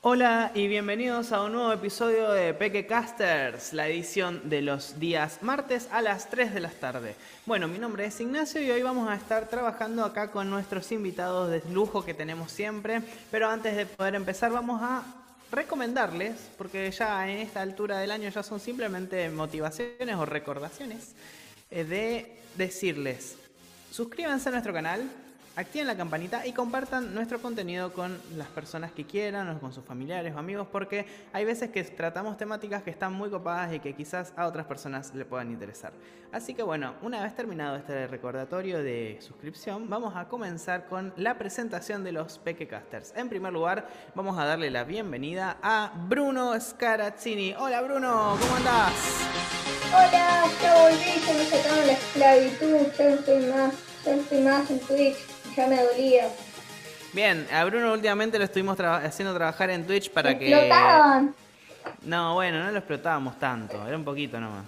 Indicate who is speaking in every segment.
Speaker 1: Hola y bienvenidos a un nuevo episodio de Peque Casters, la edición de los días martes a las 3 de la tarde. Bueno, mi nombre es Ignacio y hoy vamos a estar trabajando acá con nuestros invitados de lujo que tenemos siempre, pero antes de poder empezar vamos a recomendarles, porque ya en esta altura del año ya son simplemente motivaciones o recordaciones, eh, de decirles, suscríbanse a nuestro canal, activen la campanita y compartan nuestro contenido con las personas que quieran o con sus familiares o amigos, porque hay veces que tratamos temáticas que están muy copadas y que quizás a otras personas le puedan interesar. Así que bueno, una vez terminado este recordatorio de suscripción, vamos a comenzar con la presentación de los Pekecasters. En primer lugar, vamos a darle la bienvenida a Bruno Scarazzini. Hola Bruno, ¿cómo andás?
Speaker 2: Hola, ya volví, ya me sacaron la esclavitud, ya no estoy más, ya no estoy más en Twitch, ya me dolía.
Speaker 1: Bien, a Bruno últimamente lo estuvimos traba- haciendo trabajar en Twitch para
Speaker 2: Me
Speaker 1: que...
Speaker 2: explotaban.
Speaker 1: No, bueno, no lo explotábamos tanto, era un poquito nomás.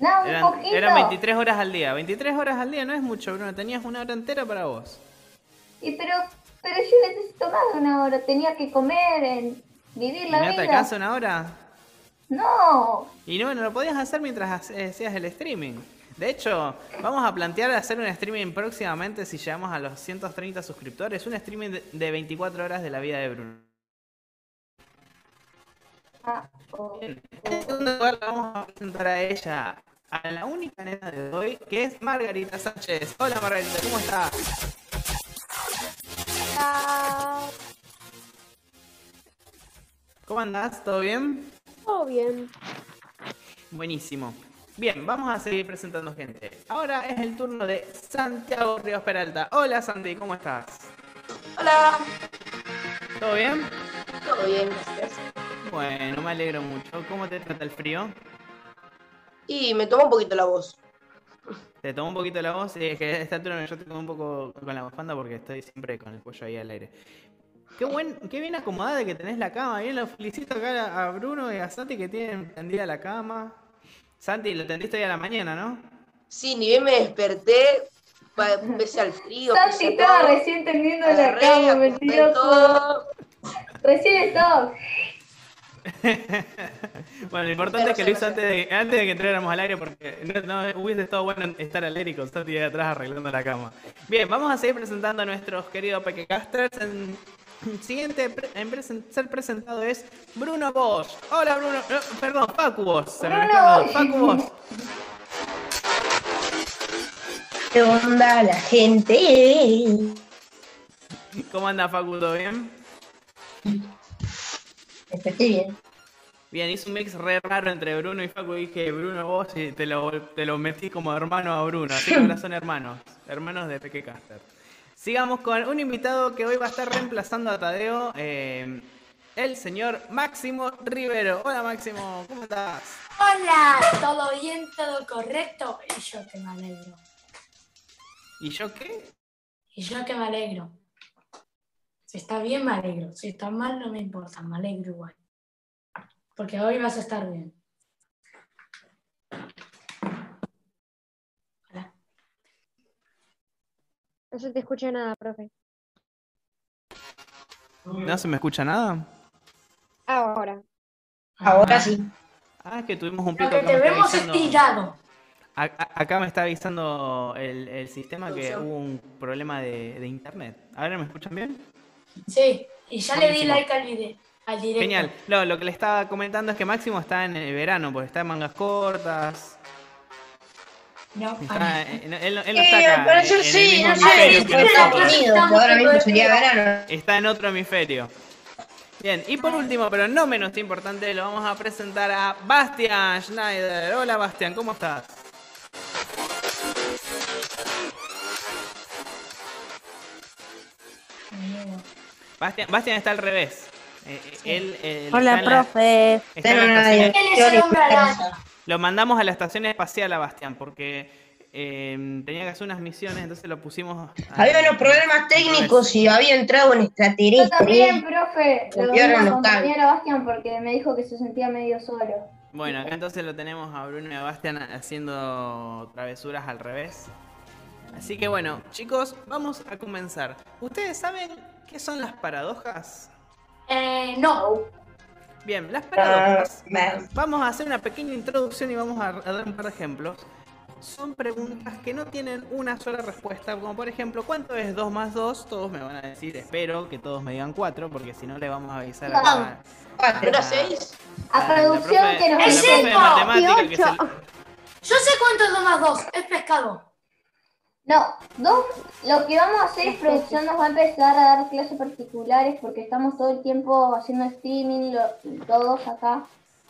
Speaker 2: No, Ah, un
Speaker 1: Eran,
Speaker 2: poquito.
Speaker 1: eran 23 horas al día. 23 horas al día no es mucho, Bruno. Tenías una hora entera para vos.
Speaker 2: Y pero, pero yo necesito más de una hora, tenía que comer, en vivir
Speaker 1: ¿Y
Speaker 2: la
Speaker 1: no te
Speaker 2: vida.
Speaker 1: alcanza una hora?
Speaker 2: No,
Speaker 1: Y no, bueno, lo podías hacer mientras hac- hacías el streaming. De hecho, vamos a plantear hacer un streaming próximamente si llegamos a los 130 suscriptores. Un streaming de- de 24 horas de la vida de Bruno.
Speaker 2: Ah, oh,
Speaker 1: En segundo lugar, la vamos a presentar a ella, a la única nena de hoy, que es Margarita Sánchez. Hola Margarita, ¿cómo estás?
Speaker 3: Hola.
Speaker 1: ¿Cómo andás? ¿Todo bien?
Speaker 3: Todo bien.
Speaker 1: Buenísimo. Bien, vamos a seguir presentando gente. Ahora es el turno de Santiago Ríos Peralta. Hola Santi, ¿cómo estás?
Speaker 4: Hola,
Speaker 1: ¿Todo bien?
Speaker 4: todo bien, gracias.
Speaker 1: Bueno, me alegro mucho. ¿Cómo te trata el frío?
Speaker 4: Y me tomó un poquito la voz.
Speaker 1: Te tomó un poquito la voz, eh, que a esta altura yo tengo un poco con la bufanda porque estoy siempre con el cuello ahí al aire. Qué, buen, qué bien acomodada que tenés la cama, bien lo felicito acá a- a Bruno y a Santi que tienen tendida la cama. Santi, lo tendiste hoy a la mañana, ¿no?
Speaker 4: Sí, ni bien me desperté, pa- pese al frío.
Speaker 2: Santi
Speaker 4: pese a
Speaker 2: estaba
Speaker 4: todo,
Speaker 2: recién tendiendo la
Speaker 4: agarré,
Speaker 2: cama,
Speaker 4: acosté
Speaker 2: mentiroso.
Speaker 4: todo.
Speaker 2: Recién estaba.
Speaker 1: Bueno, lo importante es que lo hizo
Speaker 4: Pero
Speaker 1: antes de, antes de que entráramos al aire porque no, no hubiese estado bueno estar al aire y con Santi ahí atrás arreglando la cama. Bien, vamos a seguir presentando a nuestros queridos Pequecasters. En, siguiente pre- en presen- ser presentado es Bruno Bosch. Hola Bruno, eh, perdón, Facu Bosch. Se me
Speaker 2: Bruno
Speaker 1: mezclaba.
Speaker 2: Bosch.
Speaker 1: Facu Bosch.
Speaker 5: ¿Qué onda la gente?
Speaker 1: ¿Cómo anda Facu? ¿Todo bien?
Speaker 5: Desperté bien.
Speaker 1: Bien, hice un mix re raro entre Bruno y Facu y dije, Bruno vos y te lo, te lo metí como hermano a Bruno, así que ahora son hermanos, hermanos de Peque Caster. Sigamos con un invitado que hoy va a estar reemplazando a Tadeo, eh, el señor Máximo Rivero. Hola Máximo, ¿cómo estás?
Speaker 3: Hola, todo bien, todo correcto. Y yo que me alegro.
Speaker 1: ¿Y yo qué?
Speaker 3: Y yo que me alegro. Si está bien, me alegro. Si está mal, no me importa. Me alegro igual. Porque hoy vas a estar bien.
Speaker 6: No se te escucha nada, profe.
Speaker 1: ¿No se me escucha nada?
Speaker 6: Ahora.
Speaker 5: Ahora sí.
Speaker 1: Ah, es que tuvimos un pico
Speaker 3: Lo que
Speaker 1: acá me
Speaker 3: te
Speaker 1: está
Speaker 3: vemos es
Speaker 1: avisando-
Speaker 3: tirado.
Speaker 1: a- a- Acá me está avisando el, el sistema que
Speaker 4: Producción.
Speaker 1: hubo un problema de, de internet. ¿Ahora me escuchan bien?
Speaker 3: Sí, y ya le di
Speaker 1: Buenísimo.
Speaker 3: like al video. Al directo.
Speaker 1: Genial. No, lo que le estaba comentando es que Máximo está en el verano, porque está en mangas cortas.
Speaker 3: No,
Speaker 1: está-
Speaker 3: ay.
Speaker 1: eh, no- él, no- él no
Speaker 5: Sí,
Speaker 1: está acá.
Speaker 5: al parecer
Speaker 1: en- en el
Speaker 5: sí,
Speaker 1: mismo
Speaker 5: no
Speaker 1: hemisferio
Speaker 5: sé.
Speaker 1: que
Speaker 5: Fue en Estados
Speaker 1: nosotros.
Speaker 5: Unidos, que ahora mismo sería verano.
Speaker 1: Está en otro hemisferio. Bien, y por último, pero no menos importante, lo vamos a presentar a Bastian Schneider. Hola Bastian, ¿cómo estás? eh, Bastian, Bastian está al revés. Eh, eh, él, eh, está
Speaker 7: Hola,
Speaker 1: en la-
Speaker 7: profe.
Speaker 1: está en la estación-
Speaker 3: Él es el hombre araña.
Speaker 1: Lo mandamos a la estación espacial a Bastián porque eh, tenía que hacer unas misiones, entonces lo pusimos. a-
Speaker 5: Había unos problemas técnicos y había entrado un
Speaker 2: Yo
Speaker 5: extraterrestre.
Speaker 2: también, profe,
Speaker 5: Me
Speaker 2: lo voy
Speaker 5: pillaron
Speaker 2: a
Speaker 5: los
Speaker 2: acompañar a Bastian porque me dijo que se sentía medio solo.
Speaker 1: Bueno, acá entonces lo tenemos a Bruno y a Bastián haciendo travesuras al revés. Así que bueno, chicos, vamos a comenzar. ¿Ustedes saben qué son las paradojas?
Speaker 3: Eh, no.
Speaker 1: Bien, las
Speaker 5: Ah,
Speaker 1: paradojas.
Speaker 5: me-
Speaker 1: Vamos a hacer una pequeña introducción y vamos a, a dar un par de ejemplos. Son preguntas que no tienen una sola respuesta, como por ejemplo, ¿cuánto es 2 más 2? Todos me van a decir, espero que todos me digan 4, porque si no le vamos a avisar a la,
Speaker 5: cuatro.
Speaker 4: ¿Era seis?
Speaker 2: A
Speaker 1: a la
Speaker 2: producción
Speaker 1: profe-
Speaker 2: que nos
Speaker 1: a la
Speaker 3: ¡Es
Speaker 1: profe de
Speaker 3: cinco!
Speaker 1: matemática que se-
Speaker 6: 28.
Speaker 3: Yo sé cuánto es 2 más 2. Es pescado.
Speaker 2: No, dos, lo que vamos a hacer es producción nos va a empezar a dar clases particulares porque estamos todo el tiempo haciendo streaming, lo- todos acá.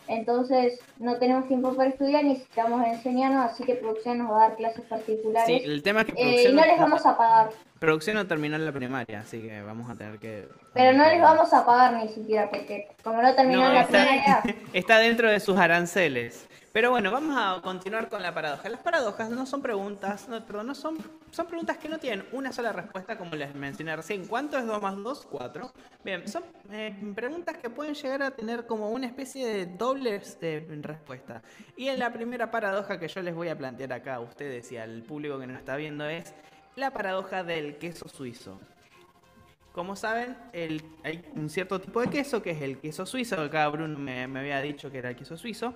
Speaker 2: Entonces no tenemos tiempo para estudiar, necesitamos enseñarnos, así que producción nos va a dar clases
Speaker 1: Sí,
Speaker 2: particulares.
Speaker 1: el tema es que
Speaker 2: Eh, y
Speaker 1: producción,
Speaker 2: no les vamos a pagar,
Speaker 1: producción no terminó en la primaria, así que vamos a tener que...
Speaker 2: pero no les vamos a pagar ni siquiera porque como no terminaron
Speaker 1: Ah. No,
Speaker 2: la
Speaker 1: está-
Speaker 2: primaria,
Speaker 1: Está dentro de sus aranceles. Pero bueno, vamos a continuar con la paradoja. Las paradojas no son preguntas, no, perdón, no son, son preguntas que no tienen una sola respuesta, como les mencioné recién. ¿Cuánto es 2 más 2? 4. Bien, son eh, preguntas que pueden llegar a tener como una especie de doble eh, respuesta. Y en la primera paradoja que yo les voy a plantear acá a ustedes y al público que nos está viendo es la paradoja del queso suizo. Como saben, el- hay un cierto tipo de queso que es el queso suizo. Acá Bruno me, me había dicho que era el queso suizo.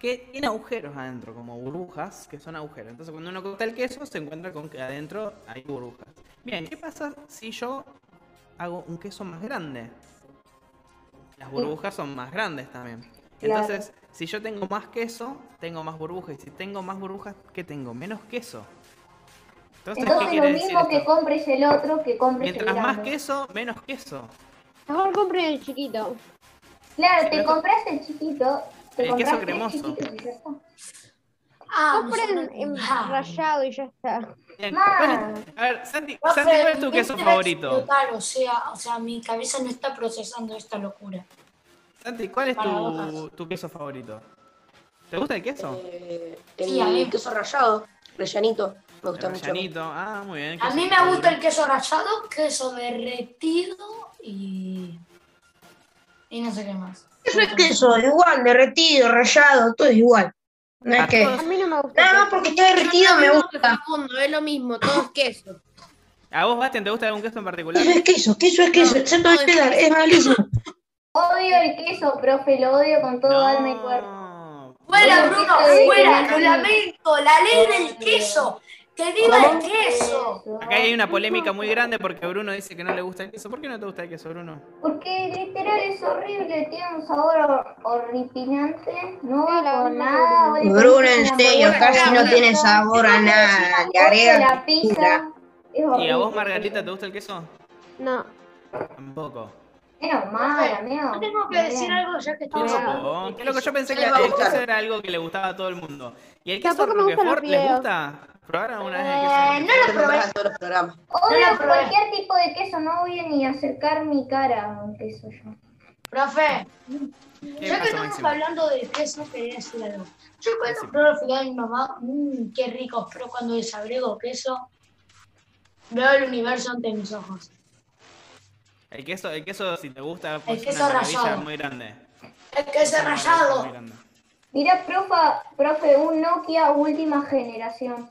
Speaker 1: Que tiene agujeros adentro, como burbujas, que son agujeros. Entonces, cuando uno corta el queso, se encuentra con que adentro hay burbujas. Bien, ¿qué pasa si yo hago un queso más grande? Las burbujas son más grandes también.
Speaker 2: Claro.
Speaker 1: Entonces, si yo tengo más queso, tengo más burbujas. Y si tengo más burbujas, ¿qué tengo? Menos queso. Entonces, ¿qué
Speaker 2: entonces lo
Speaker 1: quiere decir
Speaker 2: mismo que
Speaker 1: esto?
Speaker 2: compres el otro, que compres
Speaker 1: Mientras
Speaker 2: el
Speaker 1: más
Speaker 2: grande.
Speaker 1: queso, menos queso.
Speaker 6: Mejor compren el chiquito.
Speaker 2: Claro,
Speaker 1: Pero-
Speaker 2: te compras el chiquito, te
Speaker 1: El queso
Speaker 2: compras
Speaker 1: cremoso.
Speaker 2: chiquito y ya está.
Speaker 3: Ah,
Speaker 6: Compren en rayado y ya está.
Speaker 1: Bien,
Speaker 2: Más.
Speaker 1: ¿cuál es- A ver, Santi, Santi, ¿cuál es tu queso favorito?
Speaker 3: o, sea, o sea, mi cabeza no está procesando esta locura.
Speaker 1: Santi, ¿cuál es tu,
Speaker 3: Paradojas.
Speaker 1: tu queso favorito? ¿Te gusta el queso?
Speaker 4: Eh,
Speaker 3: Sí, a mí.
Speaker 4: el queso rallado, rellanito. Me gusta
Speaker 1: El
Speaker 4: mucho.
Speaker 1: rellanito. Ah, muy bien.
Speaker 3: A
Speaker 1: queso
Speaker 3: mí me
Speaker 1: favorito.
Speaker 3: gusta el queso rallado, queso derretido y. Y no sé qué más.
Speaker 5: Eso es queso, igual, derretido, rallado, todo es igual. No
Speaker 1: Ah.
Speaker 5: es que.
Speaker 6: A mí no me gusta.
Speaker 5: Nada más porque está derretido me gusta.
Speaker 7: es lo mismo, todo es queso.
Speaker 1: ¿A vos, Bastian, te gusta algún queso en particular?
Speaker 5: Eso es queso, queso es queso, excepto el cheddar, es malísimo.
Speaker 2: Odio el queso, profe, lo odio con todo alma y cuerpo.
Speaker 1: no.
Speaker 3: ¡Fuera,
Speaker 2: No,
Speaker 3: Bruno!
Speaker 2: sí,
Speaker 3: ¡Fuera!
Speaker 2: sí.
Speaker 3: ¡Lo lamento! ¡La ley del queso! ¡Que viva el queso!
Speaker 1: Acá hay una polémica muy grande porque Bruno dice que no le gusta el queso. ¿Por qué no te gusta el queso, Bruno?
Speaker 2: Porque literal es horrible, tiene un sabor hor- horripilante, no va
Speaker 6: Hola,
Speaker 2: con
Speaker 6: Bruno.
Speaker 2: nada. odio
Speaker 5: Bruno,
Speaker 2: la
Speaker 5: en
Speaker 2: hamburguesa,
Speaker 5: serio, casi no
Speaker 2: la
Speaker 5: tiene
Speaker 2: pizza,
Speaker 5: sabor a
Speaker 2: odio
Speaker 5: nada. Le
Speaker 2: la
Speaker 5: agrega.
Speaker 2: pizza,
Speaker 1: ¿Y
Speaker 2: es
Speaker 1: a vos,
Speaker 2: horrible.
Speaker 1: Margarita, te gusta el queso?
Speaker 6: No.
Speaker 1: Tampoco.
Speaker 2: Menos mal, amigo.
Speaker 7: Yo tengo que
Speaker 2: Bien.
Speaker 7: decir algo ya que
Speaker 1: Qué
Speaker 7: estamos
Speaker 6: Mira.
Speaker 1: loco, qué loco, yo pensé que
Speaker 4: les va a
Speaker 1: el queso
Speaker 4: gustar.
Speaker 1: era algo que le gustaba a todo el mundo. ¿Y el queso
Speaker 6: Tampoco me gustan los
Speaker 1: Roquefort les
Speaker 6: fideos.
Speaker 1: gusta? ¿Probaron una vez el queso Roquefort?
Speaker 3: Eh, no
Speaker 4: Te
Speaker 3: lo
Speaker 4: nombras
Speaker 3: probé.
Speaker 4: a todos los programas.
Speaker 2: Odio
Speaker 3: No lo probé.
Speaker 2: cualquier tipo de queso, no voy a ni acercar mi cara a un queso yo.
Speaker 3: Profe,
Speaker 1: ¿Qué
Speaker 3: ya que
Speaker 1: pasó,
Speaker 3: estamos
Speaker 1: Máximo?
Speaker 3: hablando de queso, quería decir algo. Yo cuando
Speaker 1: Máximo.
Speaker 3: pruebo los fideos de mi mamá, mmm, qué ricos, pero cuando desagrego queso, veo el universo ante mis ojos.
Speaker 1: El queso, el queso, si te gusta, pues, es
Speaker 3: queso
Speaker 1: una maravilla
Speaker 3: rallado.
Speaker 1: muy grande.
Speaker 3: El queso
Speaker 1: Es una maravilla
Speaker 3: rallado.
Speaker 1: muy grande.
Speaker 2: Mira, profa, profe, un Nokia última generación.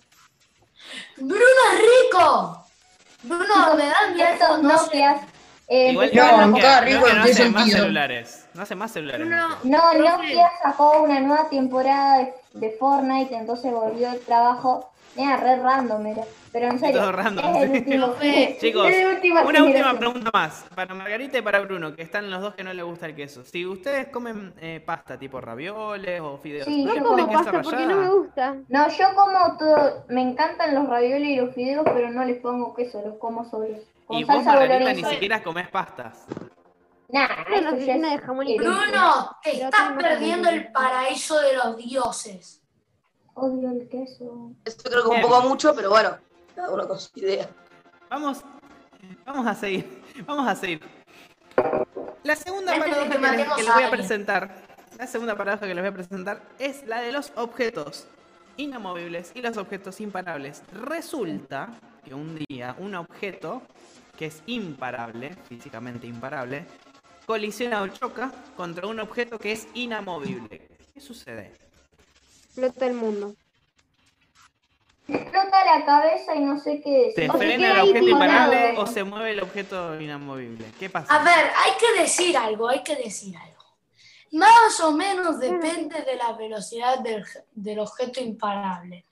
Speaker 3: ¡Bruno es rico! Bruno, me da mi
Speaker 2: Estos
Speaker 3: iPhone 12.
Speaker 2: Nokias. eh,
Speaker 1: Igual
Speaker 5: no,
Speaker 1: igual
Speaker 5: no
Speaker 1: que-
Speaker 5: queda
Speaker 1: creo
Speaker 5: rico
Speaker 1: que
Speaker 5: en
Speaker 1: no
Speaker 5: qué
Speaker 1: hace más
Speaker 5: sentido.
Speaker 1: celulares. No hace más celulares.
Speaker 7: Uno-
Speaker 2: No,
Speaker 7: Profe.
Speaker 2: Nokia sacó una nueva temporada de, de Fortnite, entonces volvió el trabajo. Mira, re random, era. Pero en serio,
Speaker 1: Todo random,
Speaker 2: es el
Speaker 1: sí.
Speaker 2: último.
Speaker 7: Profe,
Speaker 1: Chicos,
Speaker 2: es el último
Speaker 1: Una última
Speaker 2: generación.
Speaker 1: pregunta más, para Margarita y para Bruno, que están los dos que no les gusta el queso. Si ustedes comen eh, pasta tipo ravioles o fideos,
Speaker 2: Sí,
Speaker 1: ¿no le
Speaker 2: yo
Speaker 6: Como
Speaker 1: ponen
Speaker 2: como
Speaker 1: queso
Speaker 6: pasta porque no
Speaker 1: rallado?
Speaker 6: me gusta.
Speaker 2: No, yo como todo, me encantan los ravioles y los fideos, pero no les pongo queso, los como solos. Con
Speaker 1: Y vos,
Speaker 2: salsa
Speaker 1: Margarita, ni
Speaker 2: boloñesa.
Speaker 1: siquiera comés pastas.
Speaker 2: Nah,
Speaker 6: Una
Speaker 2: eso ya
Speaker 6: rellena de
Speaker 2: es
Speaker 6: jamón y
Speaker 2: herencia.
Speaker 3: Bruno, te
Speaker 6: Pero
Speaker 3: estás
Speaker 6: tengo
Speaker 3: perdiendo
Speaker 6: también.
Speaker 3: el paraíso de los dioses.
Speaker 2: Odio el queso.
Speaker 4: Eso creo que un poco mucho, pero bueno, cada uno con su idea.
Speaker 1: Vamos, vamos a seguir, vamos a seguir. La segunda
Speaker 3: Antes de
Speaker 1: paradoja
Speaker 3: que
Speaker 1: que, les,
Speaker 3: matemos
Speaker 1: que les
Speaker 3: a
Speaker 1: voy a
Speaker 3: alguien.
Speaker 1: presentar, la segunda paradoja que les voy a presentar es la de los objetos inamovibles y los objetos imparables. Resulta que un día un objeto que es imparable, físicamente imparable, colisiona o choca contra un objeto que es inamovible. ¿Qué sucede?
Speaker 6: Explota el mundo.
Speaker 2: Explota frena la cabeza y no sé qué decir.
Speaker 1: ¿Se
Speaker 6: O se
Speaker 1: frena
Speaker 6: queda
Speaker 1: el
Speaker 6: ahí
Speaker 1: objeto
Speaker 6: picado.
Speaker 1: imparable o se mueve el objeto inamovible? ¿Qué pasa?
Speaker 3: A ver, hay que decir algo, hay que decir algo. Más o menos depende de la velocidad del, del objeto imparable.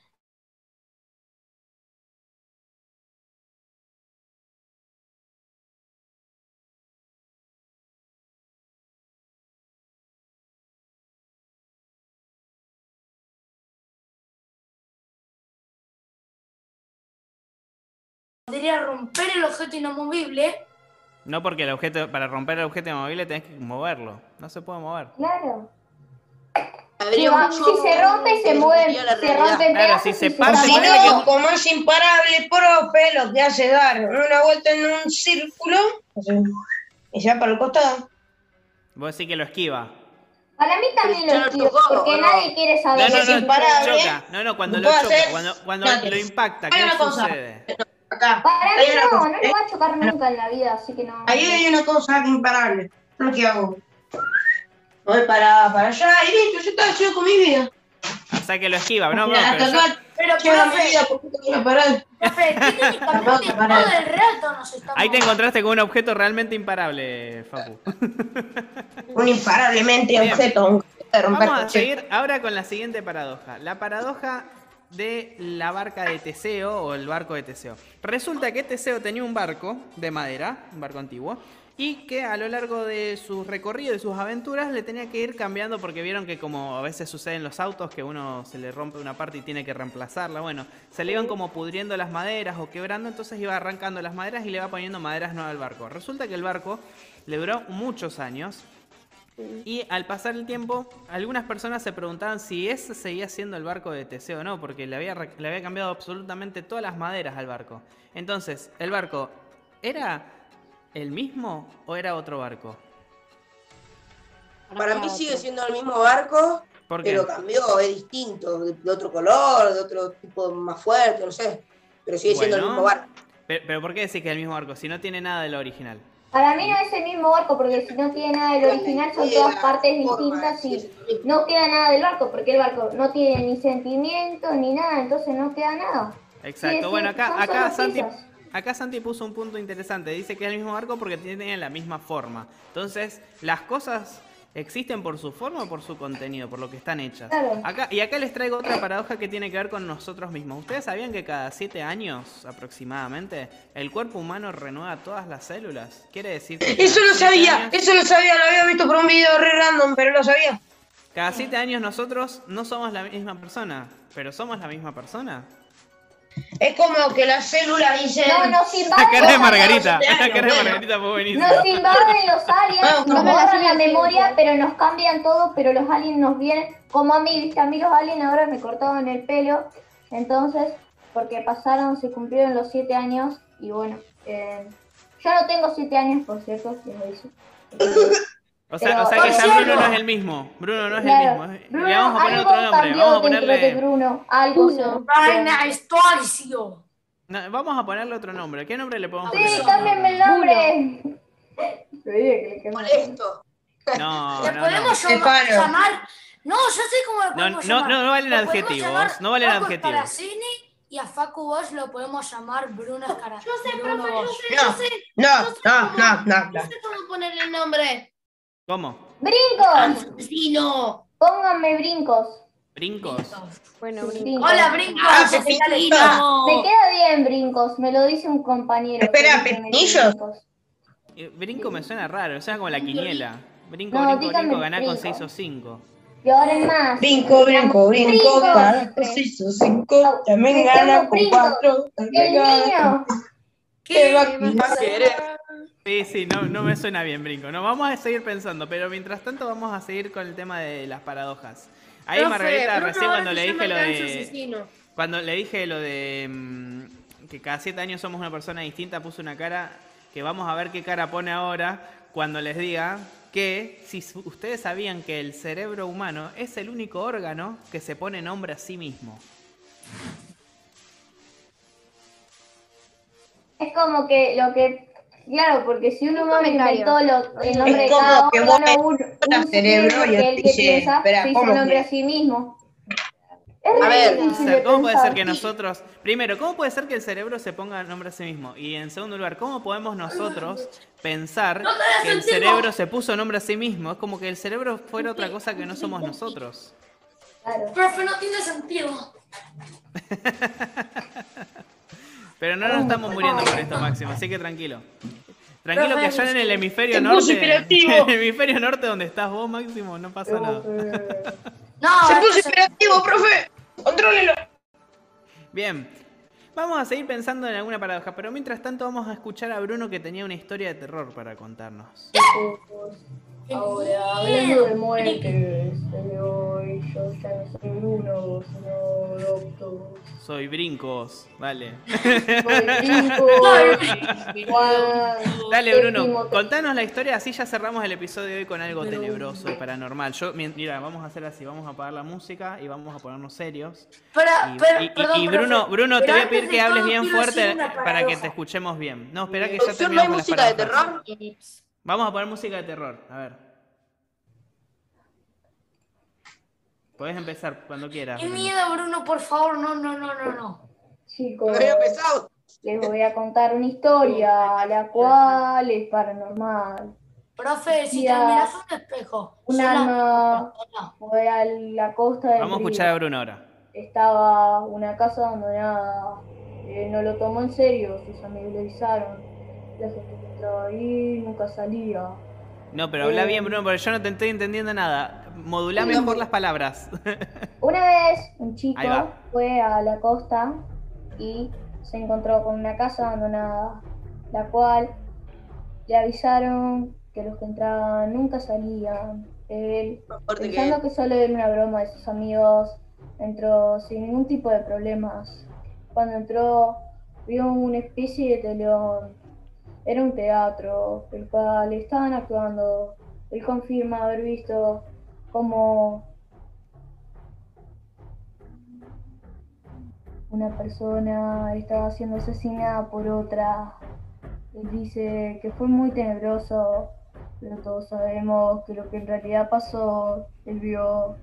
Speaker 3: Podría romper el objeto inamovible
Speaker 1: No porque el objeto, para romper el objeto inamovible tenés que moverlo. No se puede mover.
Speaker 2: Claro.
Speaker 4: Habría
Speaker 2: Si va-
Speaker 4: mucho-
Speaker 2: si se rompe, se
Speaker 4: sería
Speaker 2: mueve.
Speaker 4: la
Speaker 2: Se
Speaker 4: realidad.
Speaker 2: rompe en
Speaker 1: Claro,
Speaker 2: pedazos
Speaker 1: si
Speaker 2: y
Speaker 1: se
Speaker 5: O
Speaker 1: parte,
Speaker 5: si
Speaker 1: Parece que-
Speaker 5: no, como es imparable, profe, lo que hace es dar una vuelta en un círculo así, y se va para el costado.
Speaker 1: Vos decís que lo esquiva.
Speaker 2: Para mí también
Speaker 4: Pero
Speaker 2: lo
Speaker 4: ya lo
Speaker 2: esquivo,
Speaker 4: tocó, ¿o
Speaker 2: porque
Speaker 4: no?
Speaker 2: nadie quiere saber.
Speaker 5: no,
Speaker 2: si
Speaker 5: no,
Speaker 2: es
Speaker 5: imparable.
Speaker 1: choca. No, no, cuando
Speaker 5: ¿eh? No
Speaker 1: lo
Speaker 5: puedo
Speaker 1: choca,
Speaker 5: hacer-
Speaker 1: cuando, cuando
Speaker 5: Espérate.
Speaker 1: lo impacta,
Speaker 5: Hay
Speaker 1: ¿qué
Speaker 5: una cosa.
Speaker 1: sucede?
Speaker 5: Acá.
Speaker 2: Para mí
Speaker 5: Hay una
Speaker 2: no,
Speaker 5: cosa,
Speaker 2: no
Speaker 5: ¿eh?
Speaker 2: le va a chocar nunca en la vida, así que no.
Speaker 5: Ahí hay una cosa imparable. ¿Lo que hago? Voy para, para allá y listo, yo estaba yo con mi vida.
Speaker 1: O sea que lo esquiva, no, no,
Speaker 5: Hasta
Speaker 1: pero yo-
Speaker 5: acá
Speaker 3: Pero
Speaker 5: lleva mi
Speaker 3: profe,
Speaker 5: vida porque quiero parar.
Speaker 3: profe, técnicamente
Speaker 5: pará.
Speaker 3: todo el rato nos estamos...
Speaker 1: ahí te encontraste con un objeto realmente imparable, Facu.
Speaker 5: Un imparablemente
Speaker 1: Bien.
Speaker 5: objeto, un objeto de romper
Speaker 1: Vamos a
Speaker 5: coche.
Speaker 1: seguir ahora con la siguiente paradoja. La paradoja de la barca de Teseo o el barco de Teseo. Resulta que Teseo tenía un barco de madera, un barco antiguo, y que a lo largo de su recorrido y sus aventuras le tenía que ir cambiando porque vieron que como a veces sucede en los autos que uno se le rompe una parte y tiene que reemplazarla. Bueno, se le iban como pudriendo las maderas o quebrando, entonces iba arrancando las maderas y le va poniendo maderas nuevas al barco. Resulta que el barco le duró muchos años y al pasar el tiempo, algunas personas se preguntaban si ese seguía siendo el barco de Teseo o no, porque le había, re- le había cambiado absolutamente todas las maderas al barco. Entonces, ¿el barco era el mismo o era otro barco?
Speaker 4: Para
Speaker 2: Ah,
Speaker 4: mí sigue siendo el mismo barco,
Speaker 1: Porque
Speaker 4: pero cambió, es distinto, de, de otro color, de otro tipo más fuerte, no sé. Pero sigue siendo el
Speaker 1: Bueno.
Speaker 4: mismo barco.
Speaker 1: pero, pero ¿por qué decís que es el mismo barco? Si no tiene nada de lo original.
Speaker 2: Para mí no es el mismo barco, porque si no tiene nada del original, son todas partes distintas y no queda nada del barco, porque el barco no tiene ni sentimientos ni nada, entonces no queda nada.
Speaker 1: Exacto.
Speaker 2: Sí, sí,
Speaker 1: bueno, acá,
Speaker 2: son
Speaker 1: acá,
Speaker 2: solo
Speaker 1: Santi,
Speaker 2: pisos.
Speaker 1: acá Santi puso un punto interesante. Dice que es el mismo barco porque tienen la misma forma. Entonces, las cosas existen por su forma o por su contenido, por lo que están hechas.
Speaker 2: Claro.
Speaker 1: Acá, y acá les traigo otra paradoja que tiene que ver con nosotros mismos. ¿Ustedes sabían que cada 7 años aproximadamente el cuerpo humano renueva todas las células? Quiere decir que...
Speaker 5: Eso
Speaker 1: cada
Speaker 5: lo
Speaker 1: siete
Speaker 5: sabía,
Speaker 1: años-
Speaker 5: eso lo sabía, lo había visto por un video re random, pero lo sabía.
Speaker 1: Cada 7 años nosotros no somos la misma persona, pero somos la misma persona.
Speaker 5: Es como que las células dicen.
Speaker 2: No, nos
Speaker 1: La
Speaker 2: invaden,
Speaker 1: cara de
Speaker 5: bueno,
Speaker 1: Margarita,
Speaker 5: siete
Speaker 1: la cara
Speaker 5: años,
Speaker 1: de
Speaker 5: bueno.
Speaker 1: Margarita fue buenísima.
Speaker 2: nos invaden los aliens,
Speaker 5: No,
Speaker 2: nos
Speaker 5: no.
Speaker 2: borran la memoria,
Speaker 6: No.
Speaker 2: pero nos cambian todo, pero los aliens nos vienen, como a mí, viste, a mí los aliens ahora me cortaron el pelo, entonces, porque pasaron, se cumplieron los siete años, y bueno, eh, yo no tengo siete años, por cierto, quiero decir.
Speaker 1: O sea, o sea
Speaker 2: Pero-
Speaker 1: que ya
Speaker 2: Por
Speaker 1: Bruno no
Speaker 2: cierto.
Speaker 1: es el mismo. Bruno no es
Speaker 2: Claro.
Speaker 1: el mismo. eh.
Speaker 2: Bruno,
Speaker 1: Le vamos a poner
Speaker 2: algo
Speaker 1: otro nombre.
Speaker 2: cambió
Speaker 1: Vamos a
Speaker 2: dentro
Speaker 1: ponerle.
Speaker 2: de Bruno, algo
Speaker 6: Bruno.
Speaker 2: se-
Speaker 3: Vaina, estoicio.
Speaker 1: No, vamos a ponerle otro nombre. ¿Qué nombre le podemos
Speaker 3: Sí,
Speaker 1: poner?
Speaker 2: Sí, cámbienme el nombre. Te dije que le cambié el nombre.
Speaker 4: Molesto.
Speaker 1: No, no,
Speaker 3: Le
Speaker 1: no.
Speaker 3: podemos
Speaker 5: Te
Speaker 3: llama-
Speaker 5: paro.
Speaker 3: llamar... No, yo sé cómo lo
Speaker 1: No, no,
Speaker 3: podemos
Speaker 1: no,
Speaker 3: llamar.
Speaker 1: no valen
Speaker 3: Lo podemos
Speaker 1: adjetivos,
Speaker 3: llamar
Speaker 1: no valen
Speaker 3: Facu
Speaker 1: adjetivos.
Speaker 3: Sparacini y a Facu Bosch lo podemos llamar Bruno Escaracini. Yo sé,
Speaker 7: profe, yo sé,
Speaker 5: No.
Speaker 7: yo sé,
Speaker 5: No, no, no, no,
Speaker 7: yo
Speaker 5: no.
Speaker 7: sé cómo ponerle el nombre.
Speaker 1: ¿Cómo?
Speaker 2: ¡Brincos!
Speaker 7: Asesino.
Speaker 2: Pónganme brincos.
Speaker 1: Brincos.
Speaker 6: Bueno, brinco.
Speaker 2: brincos.
Speaker 3: Hola, Brinco.
Speaker 5: Ah,
Speaker 3: ¿qué tal
Speaker 5: Pepinillo.
Speaker 3: estás?
Speaker 2: Me queda bien brincos, me lo dice un compañero.
Speaker 5: Espera,
Speaker 2: que dice me
Speaker 5: ¿pepinillos?
Speaker 2: brincos.
Speaker 1: Eh, Brinco me suena raro, suena como la quiniela. Brinco,
Speaker 2: No,
Speaker 1: brinco,
Speaker 2: dígame
Speaker 1: brinco, ganá con
Speaker 2: brinco.
Speaker 1: 6 o 5.
Speaker 2: Y ahora es más.
Speaker 5: Brinco, brinco, brinco,
Speaker 2: Brinco.
Speaker 5: para seis o cinco. También
Speaker 2: Brinco,
Speaker 5: gana con
Speaker 2: brinco.
Speaker 5: cuatro. También
Speaker 2: El
Speaker 5: gana
Speaker 2: niño.
Speaker 5: Te va a
Speaker 1: Sí, sí, no, no me suena bien, brinco. No, vamos a seguir pensando, pero mientras tanto vamos a seguir con el tema de las paradojas. Ahí
Speaker 7: Profe,
Speaker 1: Margarita,
Speaker 7: Bruno
Speaker 1: recién
Speaker 7: ahora
Speaker 1: cuando
Speaker 7: se
Speaker 1: le
Speaker 7: llama
Speaker 1: dije lo
Speaker 7: ganso
Speaker 1: de.
Speaker 7: asesino.
Speaker 1: Cuando le dije lo de mm, que cada siete años somos una persona distinta, puso una cara que vamos a ver qué cara pone ahora cuando les diga que si su- ustedes sabían que el cerebro humano es el único órgano que se pone nombre a sí mismo.
Speaker 2: Es como que lo que. Claro, porque si un humano inventó lo- el nombre de
Speaker 5: como
Speaker 2: cada
Speaker 5: que vos
Speaker 2: órgano,
Speaker 5: me
Speaker 2: un,
Speaker 5: el
Speaker 2: un
Speaker 5: cerebro
Speaker 2: cerebro
Speaker 5: y
Speaker 2: que el
Speaker 5: te
Speaker 2: que
Speaker 5: dice,
Speaker 2: piensa
Speaker 5: espera,
Speaker 2: se hizo
Speaker 5: ¿cómo
Speaker 2: un nombre
Speaker 5: que?
Speaker 2: a sí mismo. Es re
Speaker 4: A ver,
Speaker 2: difícil de
Speaker 1: ser- ¿Cómo puede ser
Speaker 2: pensar.
Speaker 1: que nosotros, primero, cómo puede ser que el cerebro se ponga nombre a sí mismo? Y en segundo lugar, ¿cómo podemos nosotros pensar que el cerebro se puso nombre a sí mismo? Es como que el cerebro fuera otra cosa que no somos nosotros.
Speaker 2: Claro.
Speaker 3: Profe, no tiene sentido.
Speaker 1: Pero no nos estamos muriendo por esto, Máximo, así que tranquilo. Tranquilo que ya en el hemisferio
Speaker 5: Te puso
Speaker 1: norte,
Speaker 5: hiperactivo.
Speaker 1: en el hemisferio norte donde estás vos, Máximo, no pasa nada.
Speaker 3: No,
Speaker 5: Se
Speaker 3: esto
Speaker 5: puso
Speaker 3: es-
Speaker 5: imperativo, profe. Contrólelo.
Speaker 1: Bien. Vamos a seguir pensando en alguna paradoja, pero mientras tanto vamos a escuchar a Bruno que tenía una historia de terror para contarnos.
Speaker 2: Ahora, hablando de muerte, se hoy yo ya no soy uno, sino doctor.
Speaker 1: Soy brincos, vale.
Speaker 2: Soy cinco, Juan,
Speaker 1: Dale,
Speaker 2: séptimo,
Speaker 1: Bruno, contanos la historia, así ya cerramos el episodio de hoy con algo tenebroso y paranormal. Yo, mi- mira, vamos a hacer así, vamos a apagar la música y vamos a ponernos serios.
Speaker 3: Pero,
Speaker 1: Y,
Speaker 3: pero,
Speaker 1: y- y-
Speaker 3: perdón,
Speaker 1: y
Speaker 3: profe,
Speaker 1: Bruno, Bruno, te
Speaker 3: pero
Speaker 1: voy a
Speaker 3: antes
Speaker 1: pedir
Speaker 3: de
Speaker 1: que hables
Speaker 3: todo
Speaker 1: bien
Speaker 3: quiero decir
Speaker 1: fuerte
Speaker 3: una
Speaker 1: para que
Speaker 3: paradoja.
Speaker 1: te escuchemos bien. No, espera que ya
Speaker 4: Producción, ¿No hay
Speaker 1: terminamos las
Speaker 4: música de
Speaker 1: paradojas.
Speaker 4: terror?
Speaker 1: Vamos a poner música de terror, a ver. Podés empezar cuando quieras.
Speaker 3: Qué
Speaker 1: Bruno.
Speaker 3: miedo, Bruno, por favor, no, no, no, no, no.
Speaker 4: No
Speaker 2: Chicos,
Speaker 4: había empezado.
Speaker 2: les voy a contar una historia, la cual es paranormal.
Speaker 3: Profe, si
Speaker 2: Ya.
Speaker 3: te miras un espejo,
Speaker 2: Un
Speaker 3: sola-
Speaker 2: alma
Speaker 3: sola.
Speaker 2: fue a la costa del
Speaker 1: Vamos a
Speaker 2: río.
Speaker 1: escuchar a Bruno ahora.
Speaker 2: Estaba una casa abandonada. Eh, no lo tomó en serio, sus amigos le avisaron. La gente que entraba ahí nunca salía.
Speaker 1: No, pero habla
Speaker 2: Eh.
Speaker 1: bien, Bruno, porque yo no te estoy entendiendo nada. Modulá mejor las palabras.
Speaker 2: Una vez un chico
Speaker 1: Ahí va.
Speaker 2: fue a la costa y se encontró con una casa abandonada, la cual le avisaron que los que entraban nunca salían. Él,
Speaker 4: Más fuerte que
Speaker 2: pensando
Speaker 4: él.
Speaker 2: que solo era una broma de sus amigos, entró sin ningún tipo de problemas. Cuando entró, vio una especie de telón. Era un teatro, el cual estaban actuando. Él confirma haber visto como una persona estaba siendo asesinada por otra. Él dice que fue muy tenebroso, pero todos sabemos que lo que en realidad pasó, él vio.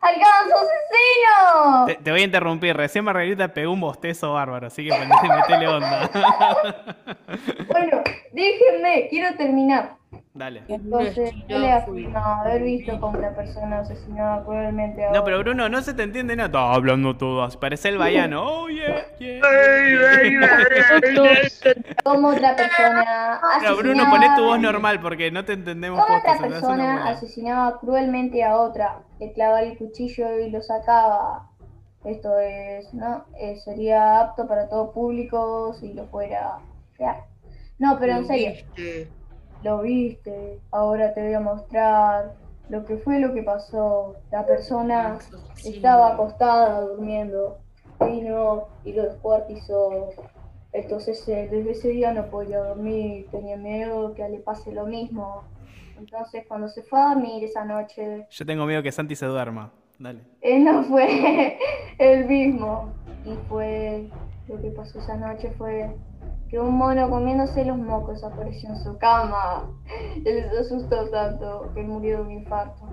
Speaker 2: ¡Alcanza asesino!
Speaker 1: Te, te voy a interrumpir. Recién Margarita pegó un bostezo bárbaro, así que ponete, metele onda.
Speaker 2: Bueno, déjenme, quiero terminar.
Speaker 1: Dale.
Speaker 2: Entonces, él le afirma haber visto como una persona asesinada cruelmente a
Speaker 1: No, pero
Speaker 2: otra.
Speaker 1: Bruno, no se te entiende nada. Está hablando todas. Parece el baiano. Oh, yeah, yeah.
Speaker 2: Como otra persona
Speaker 1: Pero
Speaker 2: asesinada.
Speaker 1: Bruno, poné tu voz normal porque no te entendemos
Speaker 2: Como
Speaker 1: posta,
Speaker 2: otra
Speaker 1: se me hace una
Speaker 2: persona
Speaker 1: bola.
Speaker 2: asesinaba cruelmente a otra, le clavaba el cuchillo y lo sacaba. Esto es, ¿no? Eh, sería apto para todo público si lo fuera real. No, pero en serio,
Speaker 4: Este,
Speaker 2: lo viste, ahora te voy a mostrar lo que fue lo que pasó. La persona estaba acostada durmiendo, vino y lo descuartizó. Entonces eh, desde ese día no podía dormir, tenía miedo que le pase lo mismo. Entonces cuando se fue a dormir esa noche,
Speaker 1: Yo tengo miedo que Santi se duerma. Dale.
Speaker 2: él no fue el mismo. Y fue lo que pasó esa noche fue que un mono comiéndose los mocos apareció en su cama. Él se asustó tanto que murió de un infarto.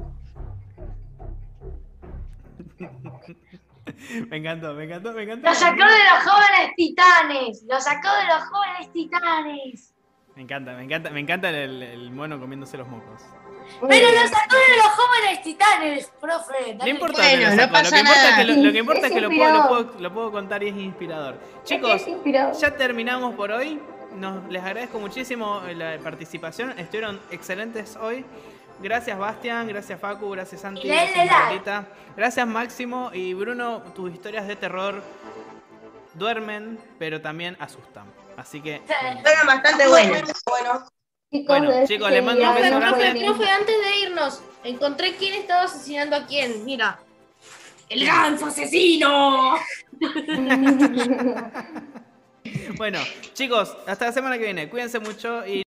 Speaker 1: Me encantó, me encantó, me encantó.
Speaker 3: Lo sacó de los jóvenes titanes. Lo sacó de los jóvenes titanes.
Speaker 1: Me encanta, me encanta, me encanta el, el mono comiéndose los mocos.
Speaker 3: Pero lo sacó de los jóvenes titanes, profe.
Speaker 1: No
Speaker 3: dale.
Speaker 1: importa
Speaker 5: Bueno,
Speaker 1: que lo
Speaker 5: no
Speaker 1: saco,
Speaker 5: pasa
Speaker 1: lo que importa es
Speaker 5: nada.
Speaker 1: que lo, lo que, importa
Speaker 2: Es
Speaker 1: es que lo, puedo, lo,
Speaker 2: inspirador.
Speaker 1: puedo, lo puedo contar y es inspirador.
Speaker 2: Es
Speaker 1: Chicos,
Speaker 2: que es inspirador.
Speaker 1: ya terminamos por hoy. Nos, les agradezco muchísimo eh, la participación. Estuvieron excelentes hoy. Gracias, Bastian. Gracias, Facu. Gracias, Santi.
Speaker 3: Y denle
Speaker 1: Gracias,
Speaker 3: like.
Speaker 1: Margarita. Gracias, Máximo. Y Bruno, tus historias de terror duermen, pero también asustan. Así que.
Speaker 5: Era bastante bueno.
Speaker 4: Bueno,
Speaker 2: Chicos,
Speaker 1: Bueno,
Speaker 2: de
Speaker 1: chicos,
Speaker 2: este
Speaker 1: les mando un
Speaker 2: día
Speaker 1: beso
Speaker 7: Profe,
Speaker 2: no
Speaker 7: profe,
Speaker 1: grande.
Speaker 2: pueden-
Speaker 7: profe, antes de irnos, encontré quién estaba asesinando a quién. Mira. El ganso asesino.
Speaker 1: Bueno, chicos, hasta la semana que viene. Cuídense mucho y.